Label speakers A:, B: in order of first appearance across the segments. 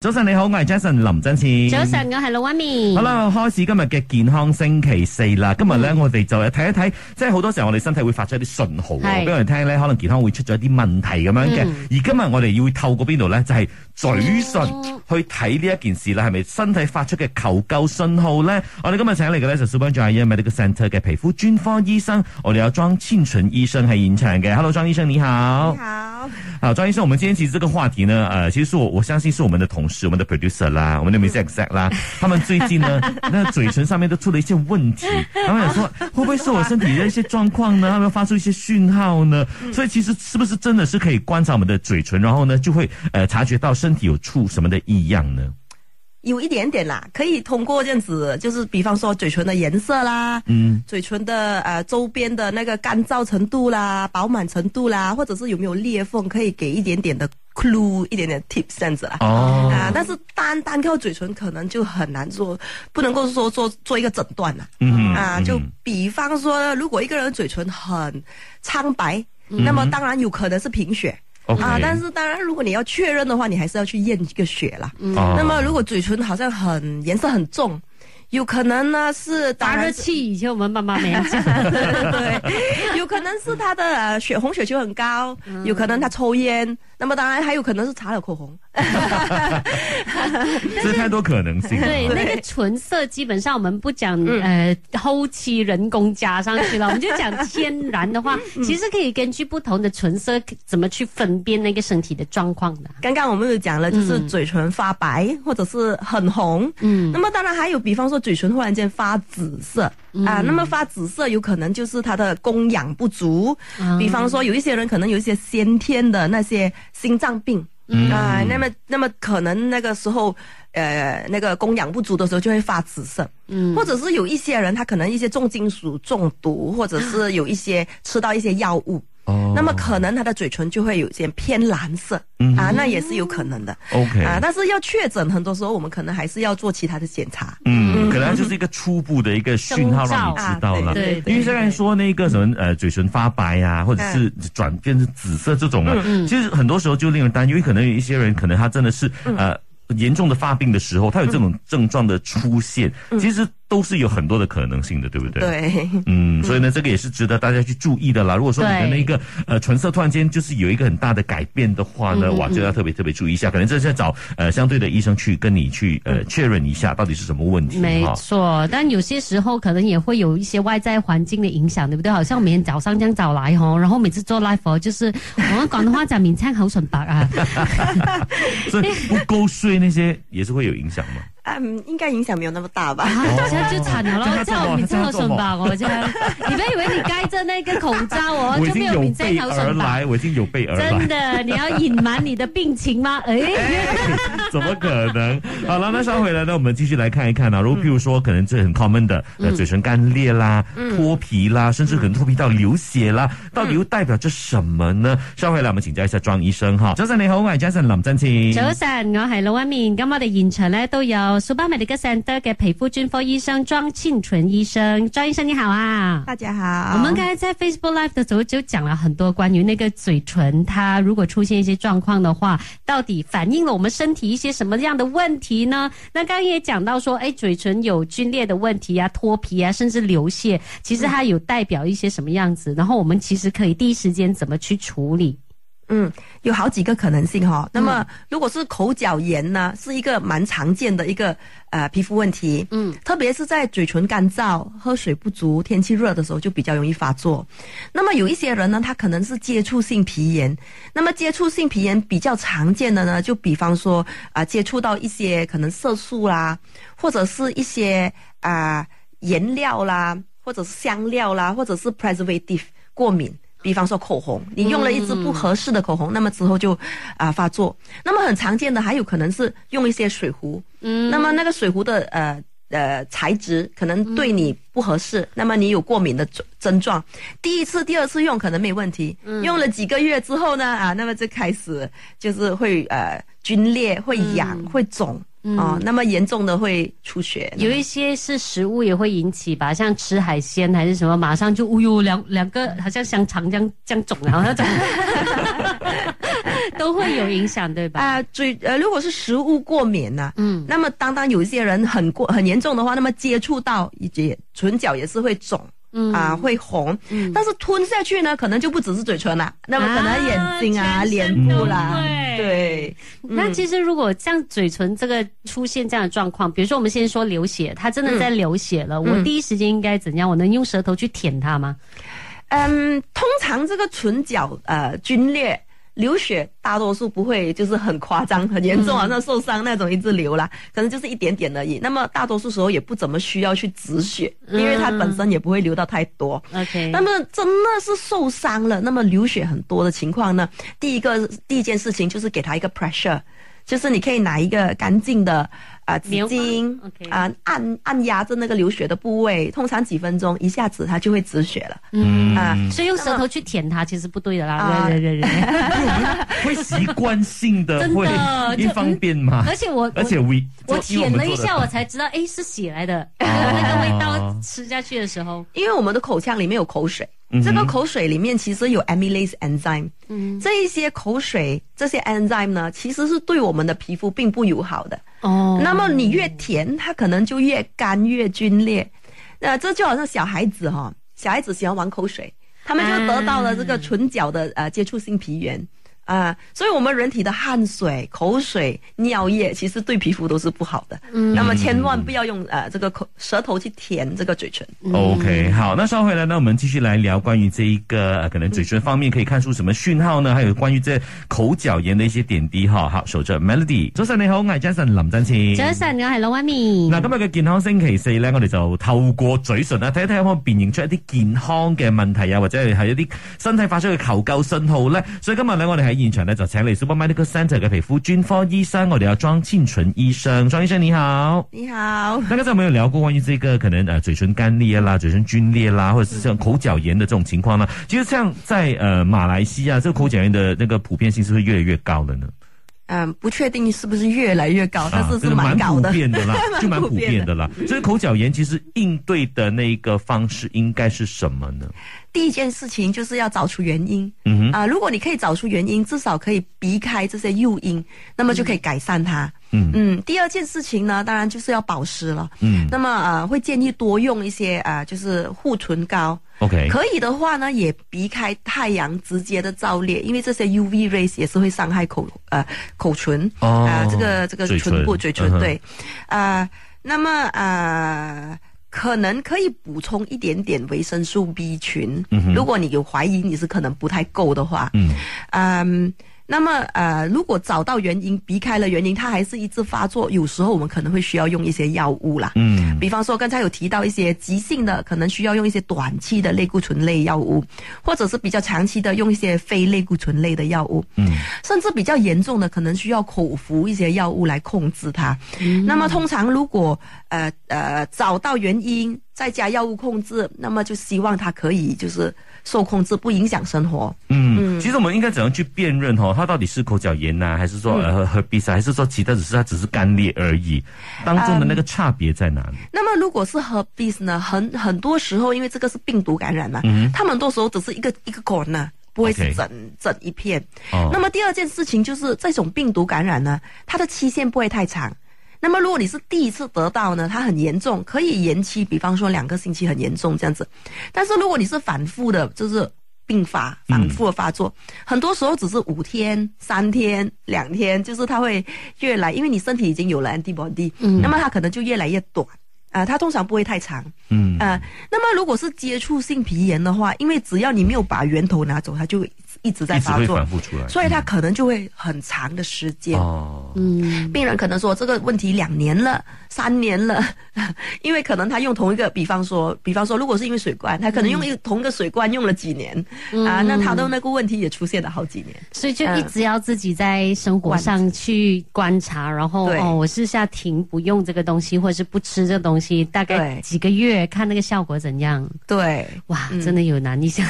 A: 早晨你好，我係 Jason 林振前。
B: 早。晨，我係老 Amy。
A: 好，啦，開始今日嘅健康星期四啦。今日咧，
B: 嗯
A: 我哋就睇一睇，即係好多時候我哋身體會發出一啲信號喎，
B: 係
A: 俾我哋聽咧，可能健康會出咗一啲問題咁樣嘅。
B: 嗯
A: 而今日我哋要透過邊度咧，就係嘴唇
B: 嗯
A: 去睇呢一件事啦，係咪身體發出嘅求救信號咧？我哋今日請嚟嘅咧就 Super Giant Medical Center 嘅皮膚專科醫生，我哋有莊千純醫生喺現場嘅。Hello，莊醫生你好。
C: 好，
A: 好，张医生，我们今天其实这个话题呢，呃，其实是我我相信是我们的同事，我们的 producer 啦，我们的 Miss
C: 嗯
A: Exact 啦，他们最近 呢，那嘴唇上面都出了一些问题，
C: 嗯
A: 他们想说会不会是我身体的一些状况呢？他们发出一些讯号呢？
C: 嗯
A: 所以其实是不是真的是可以观察我们的嘴唇，然后呢就会呃察觉到身体有出什么的异样呢？
C: 有一点点啦，可以通过这样子，就是比方说嘴唇的颜色啦，
A: 嗯，
C: 嘴唇的呃周边的那个干燥程度啦、饱满程度啦，或者是有没有裂缝，可以给一点点的 clue，一点点 tips 这样子啦。
A: 哦，
C: 啊，但是单单靠嘴唇可能就很难做，不能够说做做一个诊断啦。
A: 嗯
C: 啊，
A: 嗯
C: 就比方说，如果一个人的嘴唇很苍白，
A: 嗯
C: 那么当然有可能是贫血。
A: OK
C: 啊，但是当然，如果你要确认的话，你还是要去验一个血啦。
A: 哦
C: 那么如果嘴唇好像很颜色很重，有可能呢是当
B: 发热
C: 然是
B: 气，以前我们妈妈没有讲。
C: 对，有可能是他的呃血红血球很高，有可能他抽烟，那么当然还有可能是擦了口红。
A: 这太多可能性了。
B: 对，那个唇色基本上我们不讲呃后期人工加上去了，我们就讲天然的话，其实可以根据不同的唇色怎么去分辨那个身体的状况的。
C: 刚刚我们有讲了，就是嘴唇发白、或者是很红，
B: 嗯
C: 那么当然还有，比方说嘴唇忽然间发紫色啊、那么发紫色有可能就是它的供氧不足，
A: 嗯
B: 啊
C: 比方说有一些人可能有一些先天的那些心脏病。
A: 嗯
C: 啊、那么那么可能那个时候，呃，那个供氧不足的时候就会发紫色，
B: 嗯
C: 或者是有一些人他可能一些重金属中毒，或者是有一些吃到一些药物，
A: 哦
C: 那么可能他的嘴唇就会有些偏蓝色、
A: 嗯
C: 啊，那也是有可能的。
A: OK
C: 啊，但是要确诊，很多时候我们可能还是要做其他的检查。
A: 嗯，可能它就是一个初步的一个讯号，让你知道了。
C: 啊对对对
A: 因为虽然说那个什么呃嘴唇发白啊，或者是
B: 嗯
A: 转变成紫色这种啊，其实很多时候就令人担忧，因为可能有一些人可能他真的是
B: 嗯
A: 呃。严重的发病的时候，他有这种症状的出现，
B: 嗯
A: 其实都是有很多的可能性的，对不对？。
C: 对，
A: 嗯，所以呢，这个也是值得大家去注意的啦。如果说你的
B: 对
A: 那个呃唇色突然间就是有一个很大的改变的话
B: 嗯
A: 呢，哇，就要特别特别注意一下，可能这是要找呃相对的医生去跟你去呃确认一下到底是什么问题
B: 没
A: 哈。
B: 错，但有些时候可能也会有一些外在环境的影响，对不对？好像我每天早上这样早来哦，然后每次做 live 哦，就是我们广东话讲“闽腔口唇白”啊，
A: 所以不够睡那些也是会有影响嘛。
C: 嗯，应该影响没有那么大吧？
B: 啊，这样 就惨了咯！
A: 这
B: 这
A: 样
B: 样
A: 做吗
B: 我抿这口唇吧，我这样，你不要以为你盖着那个口罩哦，
A: 我已
B: 就没
A: 经
B: 有
A: 有
B: 抿这
A: 备
B: 口
A: 而
B: 唇吧
A: 来，。我已经有备而来
B: 真。的，你要隐瞒你的病情 吗？哎，
A: 怎么可能？ 好了，那稍回来呢，我们继续来看一看啊。
B: 嗯
A: 如果譬如说，可能这很 common 的，呃，嘴唇干裂啦、
B: 嗯
A: 脱皮啦，甚至可能脱皮到流血啦，到底又代表着什么呢？稍回来我们请教一下庄医生哈。早晨你好，我系 Jason 林振前。
B: 早晨，我係老一面。咁我哋現場咧都有 Super Medical Center 嘅皮膚專科醫生莊千纯醫生，莊醫生你好啊。
C: 大家好，
B: 我们刚才在 Facebook Live 的时候就讲了很多关于那个嘴唇，它如果出现一些状况的话，到底反映了我们身体一些什么样的问题呢？那刚刚也讲到说，哎，嘴唇有皲裂的问题啊，脱皮啊，甚至流血，其实它有代表一些什么样子，然后我们其实可以第一时间怎么去处理？
C: 嗯，有好几个可能性哈、那么，如果是口角炎呢，是一个蛮常见的一个呃皮肤问题。
B: 嗯，
C: 特别是在嘴唇干燥、喝水不足、天气热的时候，就比较容易发作。那么有一些人呢，他可能是接触性皮炎。那么接触性皮炎比较常见的呢，就比方说啊、接触到一些可能色素啦，或者是一些啊、颜料啦，或者是香料啦，或者是 preservative 过敏。比方说口红，你用了一支不合适的口红，那么之后就啊、发作。那么很常见的还有可能是用一些水壶，嗯，那么那个水壶的呃呃材质可能对你不合适，那么你有过敏的症症状。第一次、第二次用可能没问题，用了几个月之后呢啊，那么就开始就是会呃皲裂、会痒、会肿啊、那么严重的会出血。
B: 有一些是食物也会引起吧，像吃海鲜还是什么，马上 就，哦呦，两两个好像香肠这样这样肿，然后那种。 都会有影响，对吧？
C: 啊、嘴呃，如果是食物过敏呐、
B: 嗯
C: 那么当当有一些人很过很严重的话，那么接触到也也唇角也是会肿。
B: 嗯
C: 啊，会红，
B: 嗯
C: 但是吞下去呢，可能就不只是嘴唇啦，那么可能眼睛啊、
B: 啊
C: 脸
B: 全身
C: 部
B: 都
C: 啦，
B: 会
C: 对，
B: 那其实如果像嘴唇这个出现这样的状况，比如说我们先说流血，它真的在流血了，我第一时间应该怎样？我能用舌头去舔它吗？
C: 嗯，通常这个唇角呃皲裂流血，大多数不会就是很夸张、很严重
B: 嗯
C: 啊，那受伤那种一直流啦，可能就是一点点而已。那么大多数时候也不怎么需要去止血，因为
B: 嗯
C: 它本身也不会流到太多。
B: OK，
C: 那么真的是受伤了，那么流血很多的情况呢，第一个第一件事情就是给他一个 pressure，就是你可以拿一个干净的啊、纸
B: 棉花
C: 巾
B: OK
C: 啊、按按压着那个流血的部位，通常几分钟一下子它就会止血了。
A: 嗯，
C: 啊
B: 所以用舌头去舔它其实不对的啦，
C: 啊
B: 对对对对。
A: 会习惯性的
B: 真的
A: 会
B: 就
A: 一方便嘛，
B: 而且我
A: 而且我
B: 我舔了一下，我
A: 我
B: 才知道，哎，是血来的，
A: 哦
B: 那个味道吃下去的时候，
C: 因为我们的口腔里面有口水，
A: 嗯哼
C: 这个口水里面其实有 amylase enzyme，
B: 嗯，
C: 这一些口水这些 enzyme 呢，其实是对我们的皮肤并不友好的。
B: 哦
C: 那么你越甜，它可能就越干越皲裂。那、这就好像小孩子哈、小孩子喜欢玩口水，他们就得到了这
B: 嗯
C: 个唇角的呃接触性皮炎。啊、所以我们人体的汗水、口水、尿液，其实对皮肤都是不好的。
B: 嗯
C: 那么千万不要用呃这个口舌头去舔这个嘴唇。
A: OK，好，那稍后回来呢，我们继续来聊关于这一个、呃可能嘴唇方面可以看出什么讯号呢？还有关于这口角炎的一些点滴哈。好，守着 Melody，早晨你好，我係 Jason 林振前。
B: 早晨，我係老媽咪。
A: 嗱，今日嘅健康星期四咧，我哋就透過嘴唇啊，睇一睇可唔可以辨認出一啲健康嘅問題啊，或者係係一啲身體發出嘅求救信號咧。所以今日咧，我哋喺現場咧就請嚟 Super Medical Centre 嘅皮膚專科醫生，我哋有莊千純醫生，莊醫生你好。
C: 你好，
A: 那刚才我们有聊过关于这个可能呃嘴唇干裂啦、嘴唇皲裂啦，或者是像口角炎的这种情况呢？其实像在呃马来西亚，这个口角炎的那个普遍性是会越来越高的呢，啊
C: 嗯，不确定是不是越来越高，但是
A: 真
C: 是
A: 的
C: 蛮高
A: 普
C: 的。
A: 遍的
C: ，
A: 啦
C: 蛮
A: 就蛮
C: 普
A: 普
C: 遍的
A: 遍的啦。所以口角炎其实应对的那个方式应该是什么呢？
C: 第一件事情就是要找出原因。
A: 嗯哼，
C: 啊、如果你可以找出原因，至少可以避开这些诱因，那么就可以改善它。
A: 嗯
C: 嗯，第二件事情呢，当然就是要保湿了。
A: 嗯
C: 那么呃，会建议多用一些呃，就是护唇膏。
A: ，OK，
C: 可以的话呢，也避开太阳直接的照烈，因为这些 UV rays 也是会伤害口呃口唇啊、
A: 哦
C: 这个这个
A: 嘴唇
C: 唇部嘴唇
A: 嗯哼
C: 对，啊，那么啊。可能可以补充一点点维生素 B 群，
A: 嗯哼
C: 如果你有怀疑你是可能不太够的话，
A: 嗯
C: 嗯，那么呃，如果找到原因，避开了原因，它还是一直发作，有时候我们可能会需要用一些药物啦，
A: 嗯
C: 比方说，刚才有提到一些急性的，可能需要用一些短期的类固醇类药物，或者是比较长期的用一些非类固醇类的药物，
A: 嗯
C: 甚至比较严重的，可能需要口服一些药物来控制它。
A: 嗯
C: 那么通常如果呃呃找到原因，再加药物控制，那么就希望它可以就是受控制，不影响生活。
A: 嗯，其实我们应该怎样去辨认哦，它到底是口角炎呐、还是
C: 嗯
A: 说呃 herpes 啊，还是说其他只是它只是干裂而已？当中的那个差别在哪里？
C: 那么如果是 herpes 呢，很很多时候因为这个是病毒感染嘛，他们很多时候只是一个一个 corner。不会是
A: 嗯 OK
C: 整整一片。
A: 哦
C: 嗯那么第二件事情就是这种病毒感染呢，它的期限不会太长。那么如果你是第一次得到呢，它很严重，可以延期，比方说两个星期很严重这样子。但是如果你是反复的，就是并发、反复的发作，很多时候只是五天、三天、两天，就是它会越来，因为你身体已经有了 antibody，、那么它可能就越来越短。啊、它通常不会太长。
A: 嗯
C: 呃，那么如果是接触性皮炎的话，因为只要你没有把源头拿走，它就会一直在
A: 一直
C: 发
A: 会
C: 作
A: 反，复出来，嗯
C: 所以它可能就会很长的时间。
A: 哦，
B: 嗯
C: 病人可能说这个问题两年了、三年了， 因为可能他用同一个，比方说，比方说，如果是因为水罐，他可能用一个同一个水罐用了几年、啊，那他的那个问题也出现了好几年。
B: 所以就一直要自己在生活上去观察，然后
C: 对
B: 哦，我是下停不用这个东西，或者是不吃这东西，大概
C: 对
B: 几个月看那个效果怎样。
C: 对，
B: 哇，真的有难一下。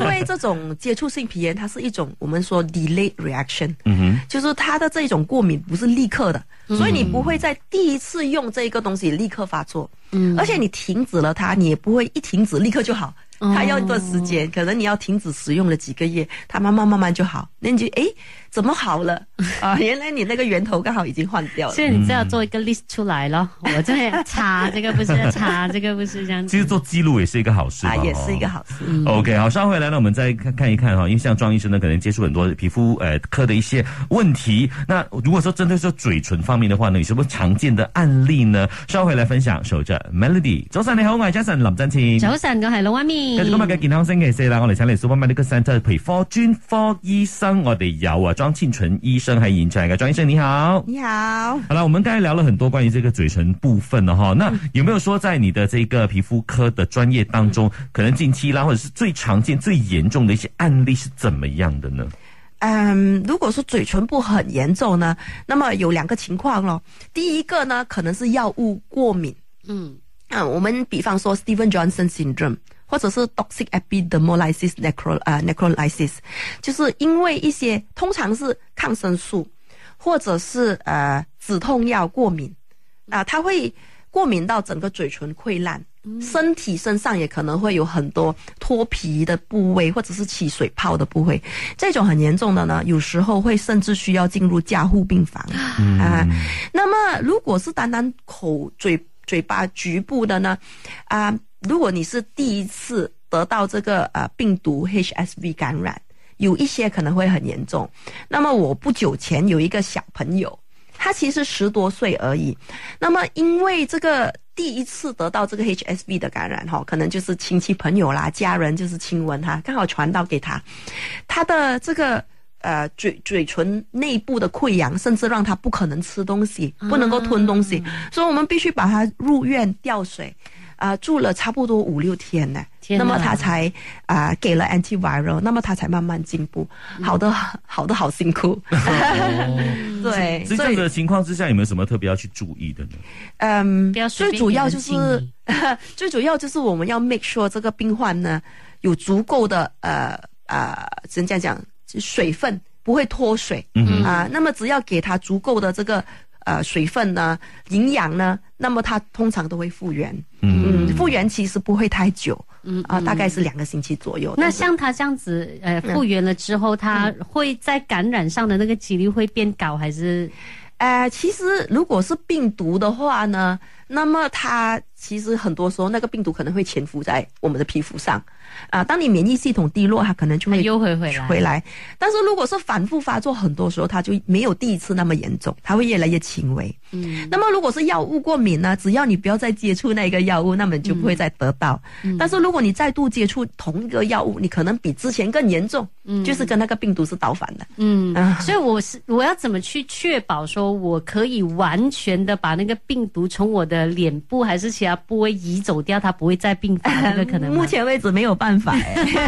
C: 因为这种接触性皮炎，它是一种我们说 delayed reaction，
A: 嗯哼，
C: 就是它的
B: 嗯
C: 这种过敏不是立刻的，所以你不会在第一次用这个东西立刻发作。
B: 嗯
C: 而且你停止了它，你也不会一停止立刻就好，
B: 哦
C: 它要一段时间，可能你要停止使用了几个月，它慢慢慢慢就好。那你就诶，怎么好了 啊？原来你那个源头刚好已经换掉了。
B: 所以你这要做一个 list 出来咯，我这边查这个不是，查这个不是这 样
A: 其实
B: 子。
A: 做记录也是一个好事
C: 啊，
A: 吧哦
C: 也是一个。好嗯事。
B: 嗯
A: OK，好，稍后回来呢，我们再看看一看哈，因为像庄医生呢，可能接触很多皮肤呃科的一些问题。那如果说针对说嘴唇方面的话呢，有什么常见的案例呢？稍后回来分享。守着 Melody，早晨你好，我系 Jason 林振前。
B: 早晨，我系老阿咪。
A: 跟住今日嘅健康星期四啦，我哋請嚟 Super Medical Centre 皮膚專科醫生，我哋有啊莊千纯醫生喺現場嘅，莊醫生你好。
C: 你好，
A: 好了，我们刚才聊了很多关于这个嘴唇部分了哈，那有没有说在你的这个皮肤科的专业当中，可能近期啦，或者是最常见、最严重的一些案例是怎么样的呢？
C: 嗯，如果说嘴唇部很严重呢，那么有两个情况咯。第一个呢，可能是药物过敏。
B: 嗯
C: 啊，我们比方说 Steven Johnson syndrome，或者是 toxic epidermolysis necro 啊 necrolysis，就是因为一些通常是抗生素或者是呃止痛药过敏啊、它会过敏到整个嘴唇溃烂。身体身上也可能会有很多脱皮的部位，或者是起水泡的部位，这种很严重的呢，有时候会甚至需要进入加护病房啊、那么如果是单单口嘴嘴巴局部的呢，啊、如果你是第一次得到这个呃病毒 HSV 感染，有一些可能会很严重。那么我不久前有一个小朋友，他其实十多岁而已，那么因为这个。第一次得到这个 HSV 的感染，哈，可能就是亲戚朋友啦、家人就是亲吻哈，刚好传到给他，他的这个呃嘴嘴唇内部的溃疡，甚至让他不可能吃东西，不能够吞东西，
B: 啊
C: 所以我们必须把他入院吊水，啊、住了差不多五六天呢。
B: 天哪
C: 那么他才啊、给了 antiviral，那么他才慢慢进步。
B: 嗯
C: 好的，好的，好辛苦。对，
A: 所以这
C: 所
A: 样
C: 以
A: 子的情况之下，有没有什么特别要去注意的呢？
C: 嗯，
B: 不要随
C: 最
B: 便
C: 主要就
B: 给人
C: 是
B: 进
C: 最主要就是我们要 make sure 这个病患呢有足够的呃呃，怎样讲水分不会脱水，嗯啊、那么只要给他足够的这个呃水分呢、营养呢，那么他通常都会复原。嗯，复原其实不会太久，嗯啊、大概是两个星期左右。
B: 那
C: 但是
B: 像他这样子，呃，复原了之后，他会在感染上的那个几率会变高，还是
C: 呃，其实如果是病毒的话呢，那么它其实很多时候那个病毒可能会潜伏在我们的皮肤上，啊、当你免疫系统低落，它可能就
B: 它
C: 会
B: 又会回来？
C: 回来。但是如果是反复发作，很多时候它就没有第一次那么严重，它会越来越轻微。嗯，那么如果是药物过敏呢，只要你不要再接触那个药物，那么你就不会再得到。
B: 嗯
C: 但是如果你再度接触同一个药物，你可能比之前更严重，就是跟那个病毒是倒反的。
B: 嗯
C: 啊，
B: 所以我是我要怎么去确保说我可以完全的把那个病毒从我的脸部还是其他部位移走掉，它不会再并发？ 那个可能吗啊
C: 目前为止没有办法、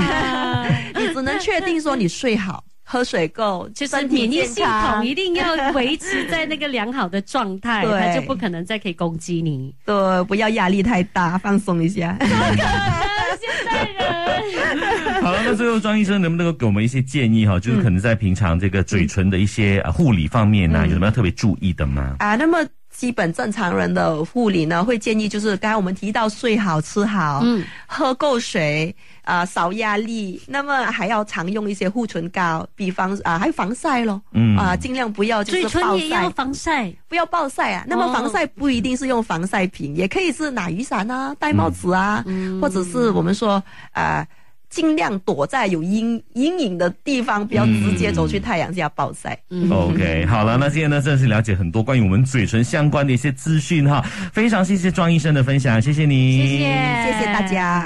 C: 哎你只能确定说你睡好、喝水够，
B: 就是
C: 身体
B: 免疫
C: 健
B: 系
C: 康
B: 统一定要维持在那个良好的状态，
C: 对
B: 它就不可能再可以攻击 你。
C: 对，不要压力太大，放松一下。
B: 现代人，
A: 好了，那最后庄医生能不能够给我们一些建议哈？就是可能在平常这个嘴唇的一些呃护理方面呢、有什么要特别注意的吗？
C: 啊，那么基本正常人的护理呢，会建议就是刚才我们提到睡好、吃好，
B: 嗯，
C: 喝够水，啊、少压力，那么还要常用一些护唇膏，比方啊、还有防晒咯，
A: 嗯
C: 啊、尽量不要就
B: 嘴
C: 是
B: 唇
C: 暴
B: 也要哦
C: 晒，
B: 防晒。
C: 不要暴晒啊。那么防晒不一定是用防晒品，也可以是拿雨伞啊、戴帽子啊，
B: 嗯
C: 或者是我们说啊。尽量躲在有阴阴影的地方，不要直接走去太阳下暴晒。
B: 嗯
A: 嗯 OK，好了，那今天呢，正式了解很多关于我们嘴唇相关的一些资讯哈，非常谢谢庄医生的分享，谢谢你，
B: 谢谢，
C: 嗯谢谢大。家。